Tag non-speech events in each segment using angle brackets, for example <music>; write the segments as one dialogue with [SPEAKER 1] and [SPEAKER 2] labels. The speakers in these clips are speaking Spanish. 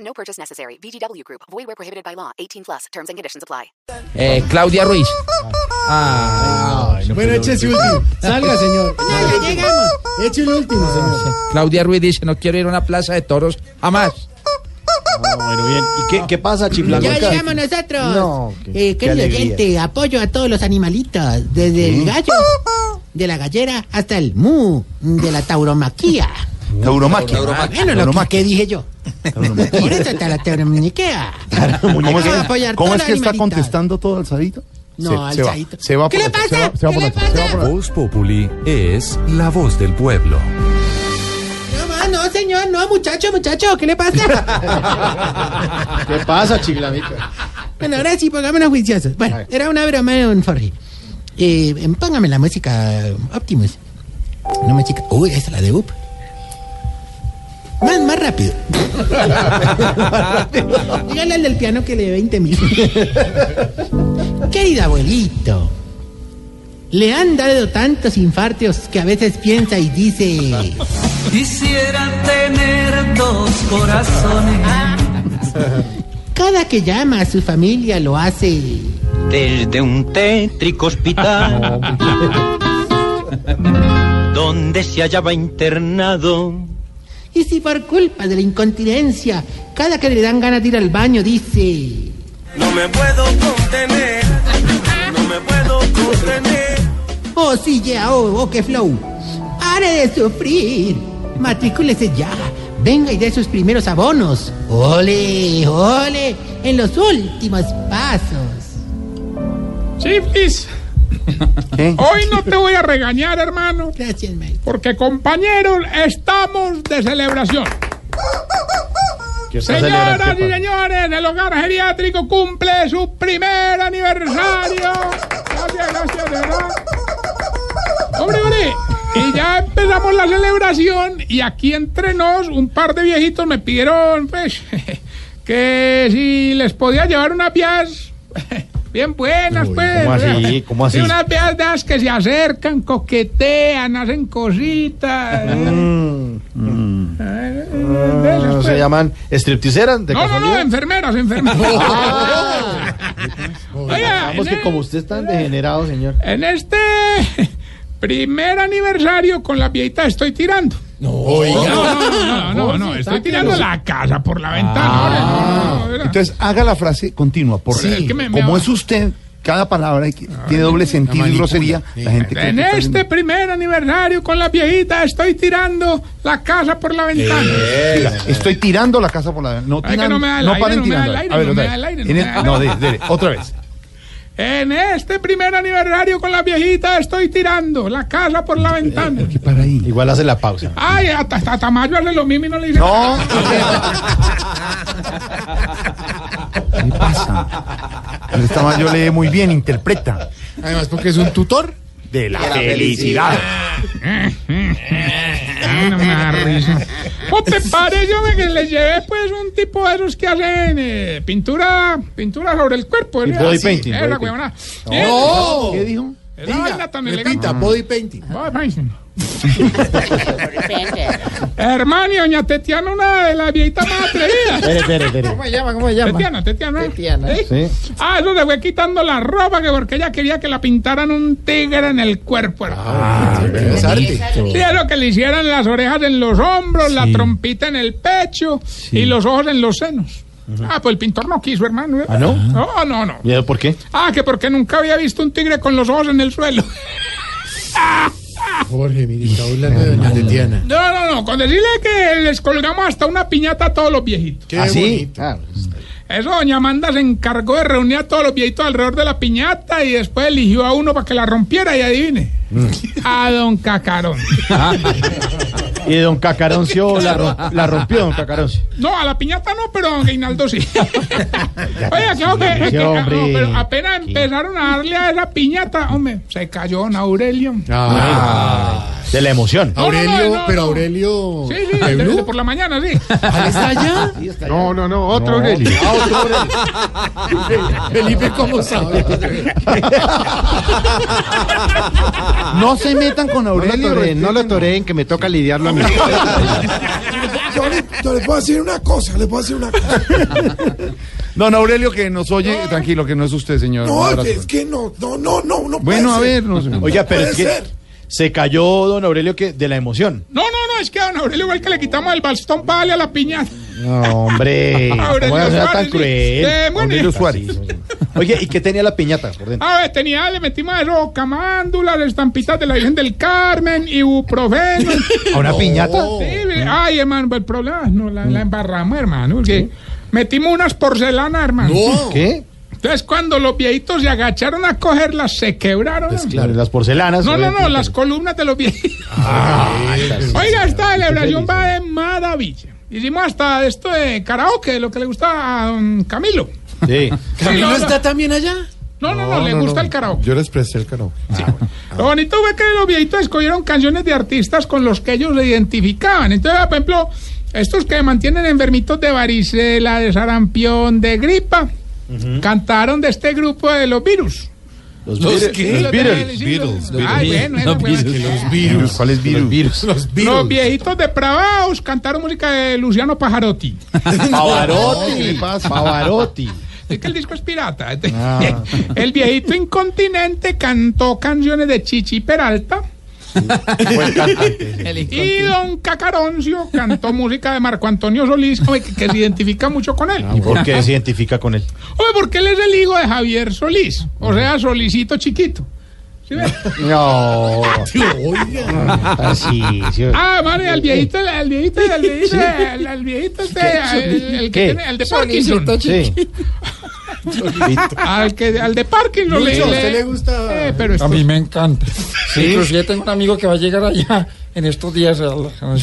[SPEAKER 1] No purchase necessary. VGW Group. Void where prohibited by law. 18 plus. Terms and conditions apply.
[SPEAKER 2] Eh, Claudia Ruiz. Ah,
[SPEAKER 3] Bueno, eche su último. Salga, señor. Salga, llegamos. Eche el último, señor.
[SPEAKER 2] Claudia Ruiz dice, no quiero ir a una plaza de toros jamás.
[SPEAKER 4] Bueno, bien. ¿Y qué, qué pasa, chiflando
[SPEAKER 5] Ya
[SPEAKER 4] acá?
[SPEAKER 5] llegamos nosotros.
[SPEAKER 4] No, qué- qué
[SPEAKER 5] eh, querido
[SPEAKER 4] alegría.
[SPEAKER 5] oyente, apoyo a todos los animalitos, desde
[SPEAKER 6] Mm.
[SPEAKER 5] el gallo, de la gallera, hasta el mu, de la tauromaquia.
[SPEAKER 6] Tauromaquia.
[SPEAKER 5] Ah, bueno, lo que, ¿qué dije yo. Por eso está la tauromaquia. ¿Cómo
[SPEAKER 6] es que- ¿Cómo es que está contestando todo alzadito? Se-
[SPEAKER 5] No,
[SPEAKER 6] se va,
[SPEAKER 5] alzadito.
[SPEAKER 6] se va
[SPEAKER 5] ¿Qué
[SPEAKER 6] por
[SPEAKER 5] le
[SPEAKER 6] otro, se
[SPEAKER 5] pasa?
[SPEAKER 6] va- se va
[SPEAKER 5] ¿Qué
[SPEAKER 6] por
[SPEAKER 5] le
[SPEAKER 6] otro, se va
[SPEAKER 5] pasa?
[SPEAKER 6] por otro.
[SPEAKER 7] Voz Populi es la voz del pueblo.
[SPEAKER 5] No, ma, no, señor, no, muchacho, muchacho, ¿qué le pasa?
[SPEAKER 4] ¿Qué pasa, chiflamica?
[SPEAKER 5] bueno, ahora sí, pongámonos juiciosos. Bueno, era una broma de un Forri. Eh, em, póngame la música eh, Optimus. No me chica. Uy, esa es la de Up. Más, más rápido. Dígale al del piano que le dé 20 mil. Querido abuelito, le han dado tantos infartos que a veces piensa y dice.
[SPEAKER 8] Quisiera tener dos corazones.
[SPEAKER 5] Cada que llama a su familia lo hace.
[SPEAKER 8] Desde un
[SPEAKER 6] <laughs>
[SPEAKER 8] tétrico hospital. donde se hallaba internado.
[SPEAKER 5] Y si por culpa de la incontinencia, cada que le dan ganas de ir al baño dice.
[SPEAKER 8] No me puedo contener. No me puedo contener.
[SPEAKER 5] Oh, sí, ya, oh, oh, qué flow. Pare de sufrir. Matricúlese ya. Venga y dé sus primeros abonos. Ole, ole, en los últimos pasos.
[SPEAKER 9] Chiflis,
[SPEAKER 6] ¿Eh?
[SPEAKER 9] hoy no te voy a regañar, hermano,
[SPEAKER 5] Gracias, maestro.
[SPEAKER 9] porque compañeros, estamos de celebración.
[SPEAKER 4] ¿Qué pasa,
[SPEAKER 9] Señoras y
[SPEAKER 4] ¿Qué pasa?
[SPEAKER 9] señores, el hogar geriátrico cumple su primer aniversario. Gracias, gracias, de verdad. Hombre, hombre. Y ya empezamos la celebración y aquí entre nos un par de viejitos me pidieron, pues, <laughs> que si les podía llevar unas vías <laughs> bien buenas,
[SPEAKER 4] Uy,
[SPEAKER 9] pues.
[SPEAKER 4] ¿cómo así? ¿Cómo así?
[SPEAKER 9] Y unas vías de las que se acercan, coquetean, hacen cositas. Eh, de esas,
[SPEAKER 4] Ah,
[SPEAKER 9] pues.
[SPEAKER 4] ¿Se llaman stripticeras de
[SPEAKER 9] No, no, no,
[SPEAKER 4] casualidad?
[SPEAKER 9] enfermeras, enfermeras.
[SPEAKER 4] Ah,
[SPEAKER 9] <laughs> Oiga,
[SPEAKER 4] Vamos
[SPEAKER 9] en
[SPEAKER 4] que
[SPEAKER 9] el-
[SPEAKER 4] como usted es tan degenerado, señor.
[SPEAKER 9] En este primer aniversario con la viejita estoy tirando. No, Oh, no, no, no, no, no, estoy tirando la casa por la ventana. hombre, no, no, no, era-
[SPEAKER 6] Entonces, haga la frase continua. Porque
[SPEAKER 9] Sí. Es que me- Ah, me-
[SPEAKER 6] como es usted, cada palabra hay que- tiene doble sentido y grosería. La gente cree
[SPEAKER 9] en
[SPEAKER 6] que está
[SPEAKER 9] este
[SPEAKER 6] haciendo-
[SPEAKER 9] primer aniversario con la viejita estoy tirando la casa por la ventana.
[SPEAKER 6] Diga, estoy tirando la casa por la ventana. No,
[SPEAKER 9] Ay, que
[SPEAKER 6] tiran-
[SPEAKER 9] no me da el aire,
[SPEAKER 6] paren
[SPEAKER 9] no me da
[SPEAKER 6] tirando.
[SPEAKER 9] el aire,
[SPEAKER 6] A ver,
[SPEAKER 9] no
[SPEAKER 6] otra
[SPEAKER 9] me da
[SPEAKER 6] vez.
[SPEAKER 9] el aire, no
[SPEAKER 6] En
[SPEAKER 9] me
[SPEAKER 6] el-
[SPEAKER 9] da el
[SPEAKER 6] no,
[SPEAKER 9] aire.
[SPEAKER 6] dele, dele, otra vez.
[SPEAKER 9] En este primer aniversario con la viejita estoy tirando la casa por la <laughs> ventana.
[SPEAKER 6] Y para ahí.
[SPEAKER 4] Igual hace la pausa.
[SPEAKER 9] Ay, hasta, hasta Tamayo hace lo mismo y no le dice
[SPEAKER 6] No.
[SPEAKER 9] nada.
[SPEAKER 6] ¿Qué pasa?
[SPEAKER 4] Pues
[SPEAKER 6] Pero esta man yo lee muy bien, interpreta.
[SPEAKER 3] Además, porque es un tutor.
[SPEAKER 6] De la, felicidad.
[SPEAKER 9] Ay, no me da risa. ¿Cómo te parece hombre, que le llevé pues un tipo de esos que hacen eh, pintura pintura sobre el cuerpo?
[SPEAKER 4] Y
[SPEAKER 9] ¿eh?
[SPEAKER 4] body
[SPEAKER 9] Así,
[SPEAKER 4] painting,
[SPEAKER 9] era,
[SPEAKER 4] body painting.
[SPEAKER 9] huevona.
[SPEAKER 3] ¡No!
[SPEAKER 4] ¿Qué dijo?
[SPEAKER 9] Era vaina tan elegante.
[SPEAKER 3] Repita, body painting.
[SPEAKER 9] Body painting. Hermano, y doña Tetiana, una de las viejitas más atrevidas.
[SPEAKER 4] Espere, espere, espere.
[SPEAKER 3] ¿Cómo se llama? ¿Cómo se llama?
[SPEAKER 9] Tetiana, Tetiana.
[SPEAKER 3] Tetiana.
[SPEAKER 9] ¿Sí?
[SPEAKER 4] Sí.
[SPEAKER 9] Ah, eso le fue quitando la ropa que porque ella quería que la pintaran un tigre en el cuerpo.
[SPEAKER 4] Ah,
[SPEAKER 3] Interesante.
[SPEAKER 9] Sí, es lo que le hicieran las orejas en los hombros, la trompita en el pecho y los ojos en los senos. Ah, pues el pintor no quiso, hermano. ¿eh?
[SPEAKER 4] ¿Ah, no?
[SPEAKER 9] No, no, no.
[SPEAKER 4] ¿Y eso por qué?
[SPEAKER 9] Ah, que porque nunca había visto un tigre con los ojos en el suelo.
[SPEAKER 3] Jorge, mire, está hablando de doña Tetiana.
[SPEAKER 9] No, no, no. Con decirle que les colgamos hasta una piñata a todos los viejitos.
[SPEAKER 3] Qué
[SPEAKER 4] ¿Ah, sí?
[SPEAKER 3] bonito.
[SPEAKER 4] Ah,
[SPEAKER 9] Eso, doña Amanda se encargó de reunir a todos los viejitos alrededor de la piñata y después eligió
[SPEAKER 4] Mm.
[SPEAKER 9] a uno para que la rompiera y adivine. A don Cacarón.
[SPEAKER 4] Y don Cacaroncio la, rom- la rompió, don Cacaroncio.
[SPEAKER 9] No, a la piñata no, pero a don Reinaldo
[SPEAKER 4] <laughs>
[SPEAKER 9] sí. Oiga, claro que,
[SPEAKER 4] Qué
[SPEAKER 9] que- no,
[SPEAKER 4] hombre.
[SPEAKER 9] pero apenas empezaron a darle a esa piñata, hombre, se cayó don Aurelio.
[SPEAKER 3] Ah.
[SPEAKER 4] De la emoción.
[SPEAKER 3] Aurelio,
[SPEAKER 9] no, no,
[SPEAKER 3] pero
[SPEAKER 9] no.
[SPEAKER 3] Aurelio.
[SPEAKER 9] Sí, sí,
[SPEAKER 3] ¿de
[SPEAKER 9] de-
[SPEAKER 3] Blue?
[SPEAKER 9] de por la mañana, sí.
[SPEAKER 3] ¿Ah, ¿Está allá?
[SPEAKER 6] No, no, no, otro Aurelio.
[SPEAKER 4] Ah,
[SPEAKER 3] Felipe, ¿cómo sabe?
[SPEAKER 4] No se metan con
[SPEAKER 6] No lo
[SPEAKER 4] Aurelio.
[SPEAKER 6] toreen, no lo toreen, que me toca lidiarlo a mí.
[SPEAKER 10] Yo le, yo le puedo decir una cosa, le puedo decir una cosa.
[SPEAKER 6] Don Aurelio, que nos oye, tranquilo, que no es usted, señor. Un
[SPEAKER 10] No,
[SPEAKER 6] abrazo.
[SPEAKER 10] es que no, no, no, no, no puede
[SPEAKER 6] Bueno, a
[SPEAKER 10] ser.
[SPEAKER 6] ver, no sé.
[SPEAKER 4] Oiga, pero
[SPEAKER 10] Puede
[SPEAKER 4] es que
[SPEAKER 10] ser.
[SPEAKER 4] se cayó don Aurelio que de la emoción.
[SPEAKER 9] No, no, no, es que a don Aurelio igual que le quitamos el bastón para darle a la piñata.
[SPEAKER 4] No, <laughs> hombre.
[SPEAKER 9] Aurelio
[SPEAKER 4] ¿Cómo va a ser tan
[SPEAKER 9] Suárez, sí. Eh,
[SPEAKER 4] cruel?
[SPEAKER 9] bueno,
[SPEAKER 4] Aurelio
[SPEAKER 9] y-
[SPEAKER 4] Suárez. <laughs> Oye, ¿y qué tenía la piñata por dentro?
[SPEAKER 9] A ver, tenía, le metimos eso, camándulas, estampitas de la Virgen del Carmen, ibuprofeno.
[SPEAKER 4] ¿A una piñata?
[SPEAKER 9] Sí, ay, hermano, el problema no, la, la embarramos, hermano, porque metimos unas porcelanas, hermano.
[SPEAKER 4] ¿Qué?
[SPEAKER 9] Entonces, cuando los viejitos se agacharon a cogerlas, se quebraron.
[SPEAKER 4] Claro, las porcelanas.
[SPEAKER 9] No, no, no,
[SPEAKER 4] obviamente.
[SPEAKER 9] las columnas de los <laughs> viejitos. Oiga, esta celebración va de maravilla. Hicimos hasta esto de karaoke, lo que le gusta a don Camilo.
[SPEAKER 4] <laughs> Sí.
[SPEAKER 9] Sí,
[SPEAKER 3] ¿Camilo
[SPEAKER 9] no,
[SPEAKER 3] está también allá?
[SPEAKER 9] No, no, no, le gusta el karaoke.
[SPEAKER 6] Yo les presté el karaoke. Ah,
[SPEAKER 3] Ah.
[SPEAKER 9] Lo bonito fue que los viejitos escogieron canciones de artistas con los que ellos se identificaban. Entonces, por ejemplo, estos que mantienen enfermitos de varicela, de sarampión, de gripa, cantaron de este grupo de los virus.
[SPEAKER 4] Los, Beatles- los Beatles.
[SPEAKER 9] Sí, los- Ay, bueno, eso fue-
[SPEAKER 6] Virus, ¿cuál es virus?
[SPEAKER 3] Los
[SPEAKER 9] Los viejitos depravados cantaron música de Luciano Pajarotti.
[SPEAKER 4] Pavarotti.
[SPEAKER 6] ¿qué le pasa?
[SPEAKER 4] Pavarotti.
[SPEAKER 9] <laughs>
[SPEAKER 6] <laughs>
[SPEAKER 9] Es que el disco es pirata. <laughs>
[SPEAKER 3] Ah.
[SPEAKER 9] El viejito incontinente cantó canciones de Chichi Peralta.
[SPEAKER 4] Buen cantante.
[SPEAKER 9] Y don Cacaroncio cantó música de Marco Antonio Solís, hombre, que, que se identifica mucho con
[SPEAKER 3] Ah.
[SPEAKER 9] él.
[SPEAKER 4] ¿Y por qué se identifica con él?
[SPEAKER 9] Hombre, porque él es el hijo de Javier Solís, o sea, Solicito chiquito. ¿Sí ve?
[SPEAKER 4] <laughs> No. Así. sí.
[SPEAKER 9] Ah, madre, al viejito, al viejito, al viejito, al, al viejito este, al, el que
[SPEAKER 4] ¿Qué?
[SPEAKER 9] tiene, al de Parkinson.
[SPEAKER 4] Sí.
[SPEAKER 9] Al, que, al de Parkinson
[SPEAKER 3] Lucho, ¿a usted le gusta?
[SPEAKER 9] Eh, pero esto-
[SPEAKER 11] A mí me encanta. Inclusive tengo un amigo que va a llegar allá en estos días, al- al-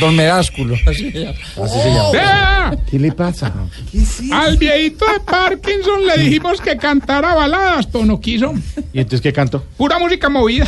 [SPEAKER 11] don Medásculo. Así se llama.
[SPEAKER 9] ¡Vea!
[SPEAKER 6] ¿Qué le pasa?
[SPEAKER 9] Al viejito de Parkinson le dijimos que cantara baladas, pero no quiso.
[SPEAKER 4] ¿Y entonces qué canto?
[SPEAKER 9] Pura música movida.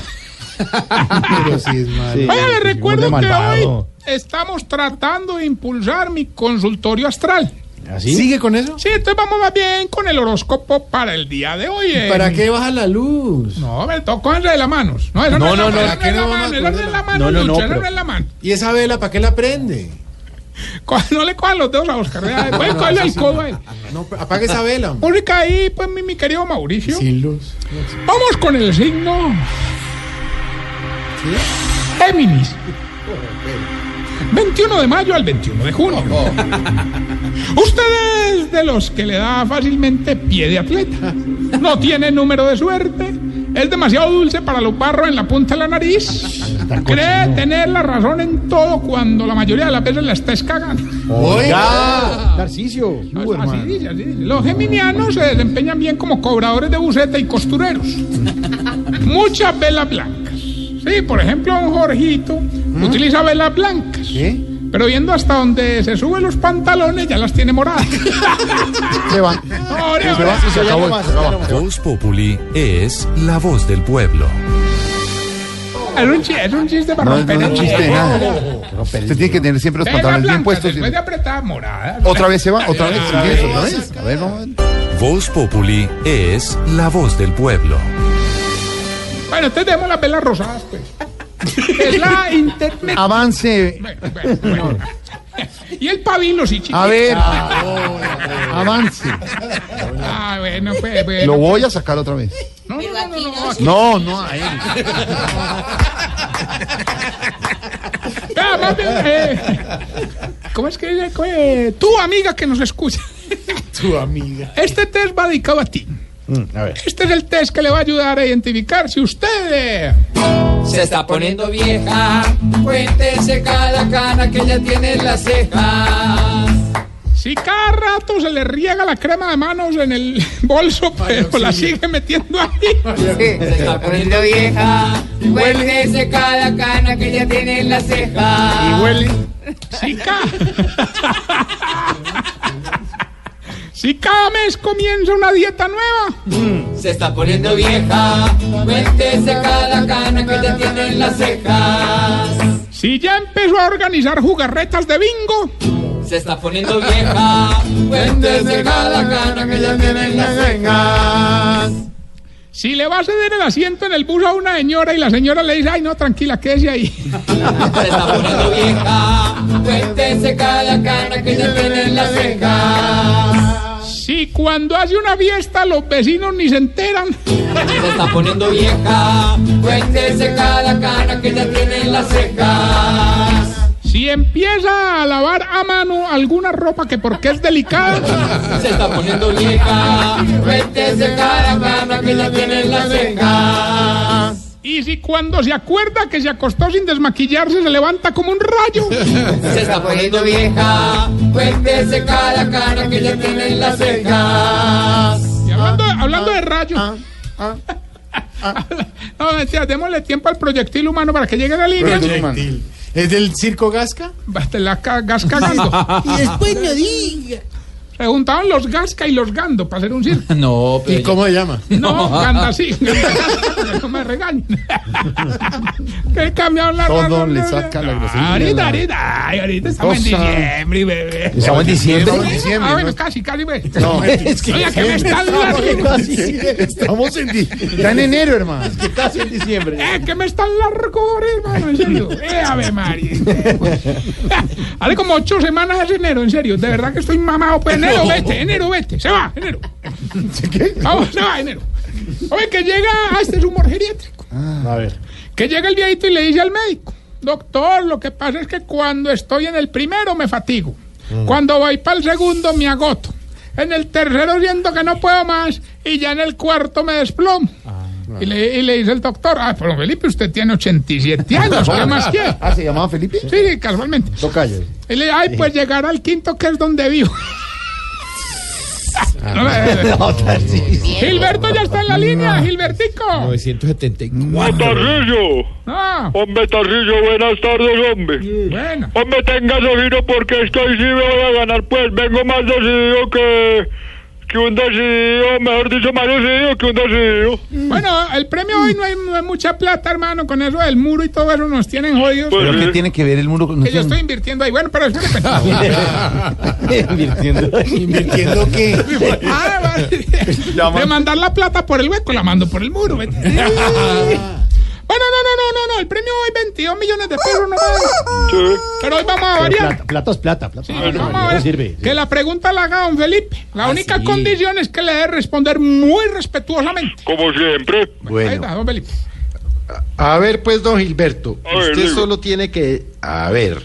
[SPEAKER 3] Pero sí es malo.
[SPEAKER 4] Sí.
[SPEAKER 9] Oiga,
[SPEAKER 4] Eh,
[SPEAKER 9] les
[SPEAKER 4] de
[SPEAKER 9] recuerdo que
[SPEAKER 4] malvado.
[SPEAKER 9] hoy estamos tratando de impulsar mi consultorio astral.
[SPEAKER 4] ¿Así?
[SPEAKER 3] ¿Sigue con eso?
[SPEAKER 9] Sí, entonces vamos más bien con el horóscopo para el día de hoy. eh.
[SPEAKER 3] ¿Para qué baja la luz?
[SPEAKER 9] No, me tocó de las manos. No, esa
[SPEAKER 4] No, no,
[SPEAKER 9] es
[SPEAKER 4] no,
[SPEAKER 9] la-
[SPEAKER 4] ¿para
[SPEAKER 9] esa
[SPEAKER 3] qué no
[SPEAKER 9] no,
[SPEAKER 3] vamos a
[SPEAKER 9] es la mano, esa no es la mano,
[SPEAKER 4] No, no, no,
[SPEAKER 9] Lucho, esa
[SPEAKER 4] pero-
[SPEAKER 9] no es la mano. <laughs>
[SPEAKER 3] ¿Y esa vela para qué la prende?
[SPEAKER 9] Co- No le cojan los dedos a
[SPEAKER 4] <laughs>
[SPEAKER 9] Oscar. vea, Pueden cogerle el codo. eh.
[SPEAKER 3] No, apaga esa vela. hombre.
[SPEAKER 9] Música ahí, pues mi, mi querido Mauricio.
[SPEAKER 3] Sin luz.
[SPEAKER 9] Vamos con el signo. Géminis. 21 de mayo al 21 de junio. <laughs> Usted es de los que le da fácilmente pie de atleta. No tiene número de suerte. Es demasiado dulce para los barros en la punta de la nariz. Cree tener la razón en todo cuando la mayoría de las veces la está cagando.
[SPEAKER 4] ¡Oiga! Narciso.
[SPEAKER 9] No, es así dice, así dice. Los geminianos se desempeñan bien como cobradores de buceta
[SPEAKER 6] <laughs>
[SPEAKER 9] y costureros. Muchas velas blancas. Sí, por ejemplo, un Jorgito
[SPEAKER 6] ¿Mm?
[SPEAKER 9] utiliza velas blancas.
[SPEAKER 3] ¿Eh?
[SPEAKER 9] Pero viendo hasta donde se suben los pantalones, ya las
[SPEAKER 6] <laughs>
[SPEAKER 9] tiene moradas.
[SPEAKER 4] Se va.
[SPEAKER 9] Ahora,
[SPEAKER 4] Se
[SPEAKER 9] ahora.
[SPEAKER 4] va. Se acabó. Se acabó.
[SPEAKER 7] Voz Populi es la voz del pueblo.
[SPEAKER 9] Es un chiste, es un chiste
[SPEAKER 6] No,
[SPEAKER 9] para
[SPEAKER 6] no
[SPEAKER 9] romper
[SPEAKER 6] es un
[SPEAKER 9] el
[SPEAKER 6] chiste de
[SPEAKER 9] hielo.
[SPEAKER 6] nada. Usted tiene que tener siempre los
[SPEAKER 9] Velas
[SPEAKER 6] pantalones bien
[SPEAKER 9] blancas,
[SPEAKER 6] puestos.
[SPEAKER 9] Después de apretar moradas.
[SPEAKER 6] Otra vez se va, otra vez, sigue eso, otra vez. A ver, vamos a ver.
[SPEAKER 7] Voz Populi es la voz del pueblo.
[SPEAKER 9] Bueno, entonces tenemos las velas rosadas,
[SPEAKER 6] <laughs>
[SPEAKER 9] pues. Es la internet.
[SPEAKER 6] Avance,
[SPEAKER 9] Bueno, bueno, bueno. <laughs> Y el pabilo, sí, chiquito.
[SPEAKER 6] a ver. Avance.
[SPEAKER 9] Ah, bueno, pues, bueno.
[SPEAKER 6] Lo voy a sacar otra vez.
[SPEAKER 9] No, no, no, no, no, aquí.
[SPEAKER 6] No, no a él.
[SPEAKER 9] Ah, más bien, eh, ¿Cómo es que dice? ¿Cómo es? Tu amiga que nos escucha.
[SPEAKER 3] Tu amiga.
[SPEAKER 9] Este test va dedicado a ti.
[SPEAKER 4] Mm, A ver.
[SPEAKER 9] Este es el test que le va a ayudar a identificar si usted. eh,
[SPEAKER 11] Se está poniendo vieja. Cuéntese cada cana que ya tiene en las cejas.
[SPEAKER 9] Si cada rato se le riega la crema de manos en el <laughs> bolso, pero la sigue metiendo ahí.
[SPEAKER 12] Se está poniendo vieja. Huele seca la cana que ya tiene en la ceja.
[SPEAKER 9] Y huele. Si cada... si cada mes comienza una dieta nueva.
[SPEAKER 12] Se está poniendo vieja. Huele seca la cana que ya tiene en las cejas.
[SPEAKER 9] Si ya empezó a organizar jugarretas de bingo.
[SPEAKER 12] Se está poniendo vieja. Huele seca la cana que ya tiene en las cejas.
[SPEAKER 9] Si le va a ceder el asiento en el bus a una señora y la señora le dice, ay no, tranquila, quédese
[SPEAKER 4] <laughs>
[SPEAKER 9] ahí.
[SPEAKER 12] Se está poniendo vieja. Huele seca la cana que ya tiene en las cejas.
[SPEAKER 9] Si cuando hace una fiesta los vecinos ni se enteran.
[SPEAKER 12] Se está poniendo vieja. Cuéntese cada cana que ya tiene en las cejas.
[SPEAKER 9] Si empieza a lavar a mano alguna ropa que porque es delicada.
[SPEAKER 12] Se está poniendo vieja. Cuéntese cada cana que ya tiene en las cejas.
[SPEAKER 9] Y si cuando se acuerda que se acostó sin desmaquillarse se levanta como un rayo.
[SPEAKER 12] Se está poniendo vieja. Cuéntese cada cana que ya tiene en las cejas.
[SPEAKER 9] Y hablando, hablando de
[SPEAKER 4] Ah,
[SPEAKER 9] rayo. <laughs> No, mentira, démosle tiempo al proyectil humano para que llegue a la línea.
[SPEAKER 4] Proyectil. ¿Es del circo Gasca?
[SPEAKER 9] De la ca- gasca
[SPEAKER 4] <laughs>
[SPEAKER 9] gando.
[SPEAKER 5] Y después no diga.
[SPEAKER 9] Se juntaban los gasca y los gando para hacer un
[SPEAKER 12] <laughs>
[SPEAKER 9] circo.
[SPEAKER 2] No, pero.
[SPEAKER 4] ¿Y cómo se llama?
[SPEAKER 9] No, ganda sí. No me regañen. que cambiaron la
[SPEAKER 4] Todo
[SPEAKER 9] razón,
[SPEAKER 4] le
[SPEAKER 9] ¿no?
[SPEAKER 4] saca la grosería,
[SPEAKER 9] Ahorita,
[SPEAKER 4] la-
[SPEAKER 9] ahorita. Ay, ahorita estamos en
[SPEAKER 4] Cosa.
[SPEAKER 9] diciembre, bebé.
[SPEAKER 2] ¿Estamos en diciembre?
[SPEAKER 4] Estamos en diciembre,
[SPEAKER 9] Ah, bueno,
[SPEAKER 4] ¿no?
[SPEAKER 9] casi, casi, bebé.
[SPEAKER 4] No,
[SPEAKER 2] Es que-
[SPEAKER 9] Oiga, que me están largo.
[SPEAKER 4] Estamos en diciembre. Está en enero, hermano.
[SPEAKER 6] Casi en diciembre.
[SPEAKER 9] Eh, que me están largo, hermano, en serio. Eh, ave María. Eh, Hace como ocho semanas es enero, en serio. De verdad que estoy mamado. Pero enero, vete, enero, vete. Se va, enero. Vamos, se va, enero. Oye, que llega a este es humor geriátrico.
[SPEAKER 4] A ver.
[SPEAKER 9] Que llega el viejito y le dice al médico, doctor, lo que pasa es que cuando estoy en el primero me fatigo, cuando voy para el segundo me agoto, en el tercero siento que no puedo más y ya en el cuarto me desplomo. Y le, y le dice el doctor, ah, pero Felipe, usted tiene 87 años, ¿qué más quiere?
[SPEAKER 4] Ah, ¿se llamaba Felipe?
[SPEAKER 9] Sí, sí, casualmente.
[SPEAKER 4] Tocayo.
[SPEAKER 9] Y le dice, ay, pues llegar al quinto que es donde vivo. <laughs> No, eh, Gilberto ya está en la línea, Gilbertico.
[SPEAKER 2] 974.
[SPEAKER 13] Tarrillo,
[SPEAKER 9] No,
[SPEAKER 13] hombre Tarrillo, buenas tardes, hombre.
[SPEAKER 9] Ah. bueno.
[SPEAKER 13] Hombre, tenga oído porque es que hoy sí me voy a ganar, pues vengo más decidido que, que un decidido, mejor dicho, más decidido que un decidido.
[SPEAKER 9] Bueno, el premio hoy no hay, no hay mucha plata, hermano. Con eso del muro y todo eso nos tienen jodidos.
[SPEAKER 13] Pues,
[SPEAKER 6] ¿Pero qué
[SPEAKER 13] sí.
[SPEAKER 6] tiene que ver el muro con
[SPEAKER 9] que yo estoy invirtiendo ahí. Bueno, pero eso es
[SPEAKER 6] invirtiendo?
[SPEAKER 4] ¿Invirtiendo qué?
[SPEAKER 9] Ah, vale. De mandar la plata por el hueco, la mando por el muro. vete. bueno, no, no, no, no, no. El premio hoy 22 millones de pesos nomás.
[SPEAKER 13] Sí.
[SPEAKER 9] Pero hoy vamos a variar.
[SPEAKER 4] Plata, plata es plata. plata.
[SPEAKER 9] Sí,
[SPEAKER 4] es plata.
[SPEAKER 9] vamos a
[SPEAKER 4] No
[SPEAKER 9] ver.
[SPEAKER 4] sirve.
[SPEAKER 9] Que la pregunta la haga don Felipe. La
[SPEAKER 6] Ah,
[SPEAKER 9] única condición es que le debe responder muy respetuosamente.
[SPEAKER 13] Como siempre.
[SPEAKER 9] Ahí está, don Felipe.
[SPEAKER 14] A ver, pues, don Gilberto,
[SPEAKER 13] A ver,
[SPEAKER 14] usted
[SPEAKER 13] diga.
[SPEAKER 14] solo tiene que. A ver,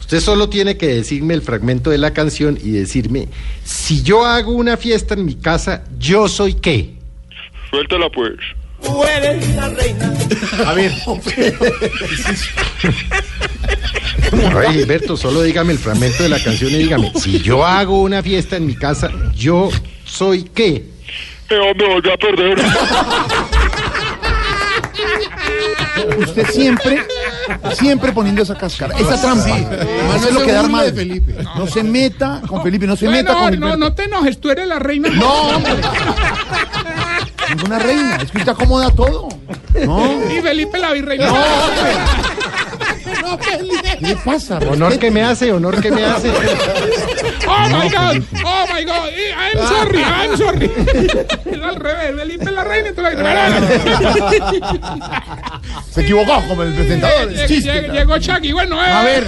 [SPEAKER 14] usted solo tiene que decirme el fragmento de la canción y decirme: si yo hago una fiesta en mi casa, ¿yo soy qué?
[SPEAKER 13] Suéltala, pues.
[SPEAKER 8] Tú eres la reina.
[SPEAKER 4] A ver.
[SPEAKER 14] A ver, Gilberto, solo dígame el fragmento de la canción y dígame: si yo hago una fiesta en mi casa, ¿yo soy qué?
[SPEAKER 13] Eh, hombre, volví a perder.
[SPEAKER 6] Usted siempre, siempre poniendo esa cáscara, esa trampa. No
[SPEAKER 4] Manuel
[SPEAKER 6] hacerlo
[SPEAKER 4] se burla
[SPEAKER 6] quedar
[SPEAKER 4] de
[SPEAKER 6] mal.
[SPEAKER 4] Felipe.
[SPEAKER 6] No se meta con Felipe, no se
[SPEAKER 9] Bueno,
[SPEAKER 6] meta con
[SPEAKER 9] no,
[SPEAKER 6] Gilberto.
[SPEAKER 9] no te enojes, tú eres la reina.
[SPEAKER 6] No, hombre. Ninguna reina. Es que usted acomoda todo. No.
[SPEAKER 9] Y Felipe la virreina.
[SPEAKER 4] ¿Qué pasa?
[SPEAKER 14] Honor que me hace, honor que me hace.
[SPEAKER 9] Oh my god, oh my god, eh, I'm sorry, I'm sorry.
[SPEAKER 6] <laughs>
[SPEAKER 9] Era al revés, Felipe la reina y tú la
[SPEAKER 6] Ah, Se equivocó como el presentador.
[SPEAKER 9] Llegó-
[SPEAKER 6] Es chiste.
[SPEAKER 9] llegó- Llegó Chucky, bueno, eh.
[SPEAKER 6] A ver.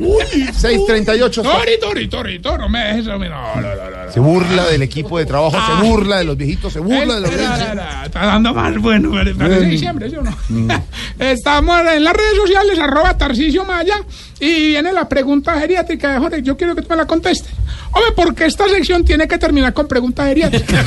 [SPEAKER 6] Uy, 638.
[SPEAKER 9] Tori, Tori, Tori, Tori, no me dejes eso, no, no, no, no, no.
[SPEAKER 6] Se burla del equipo de trabajo, se burla de los viejitos, se burla de Ah. la
[SPEAKER 9] Espera,
[SPEAKER 6] audiencia. Mm.
[SPEAKER 9] la, la, Está dando más bueno, pero parece diciembre, ¿sí o no? <laughs> Estamos en las redes sociales, arroba Tarcisio Maya, y viene la pregunta geriátrica de Jorge. Yo quiero que tú me la contestes. Hombre, porque esta sección tiene que terminar con preguntas geriátricas.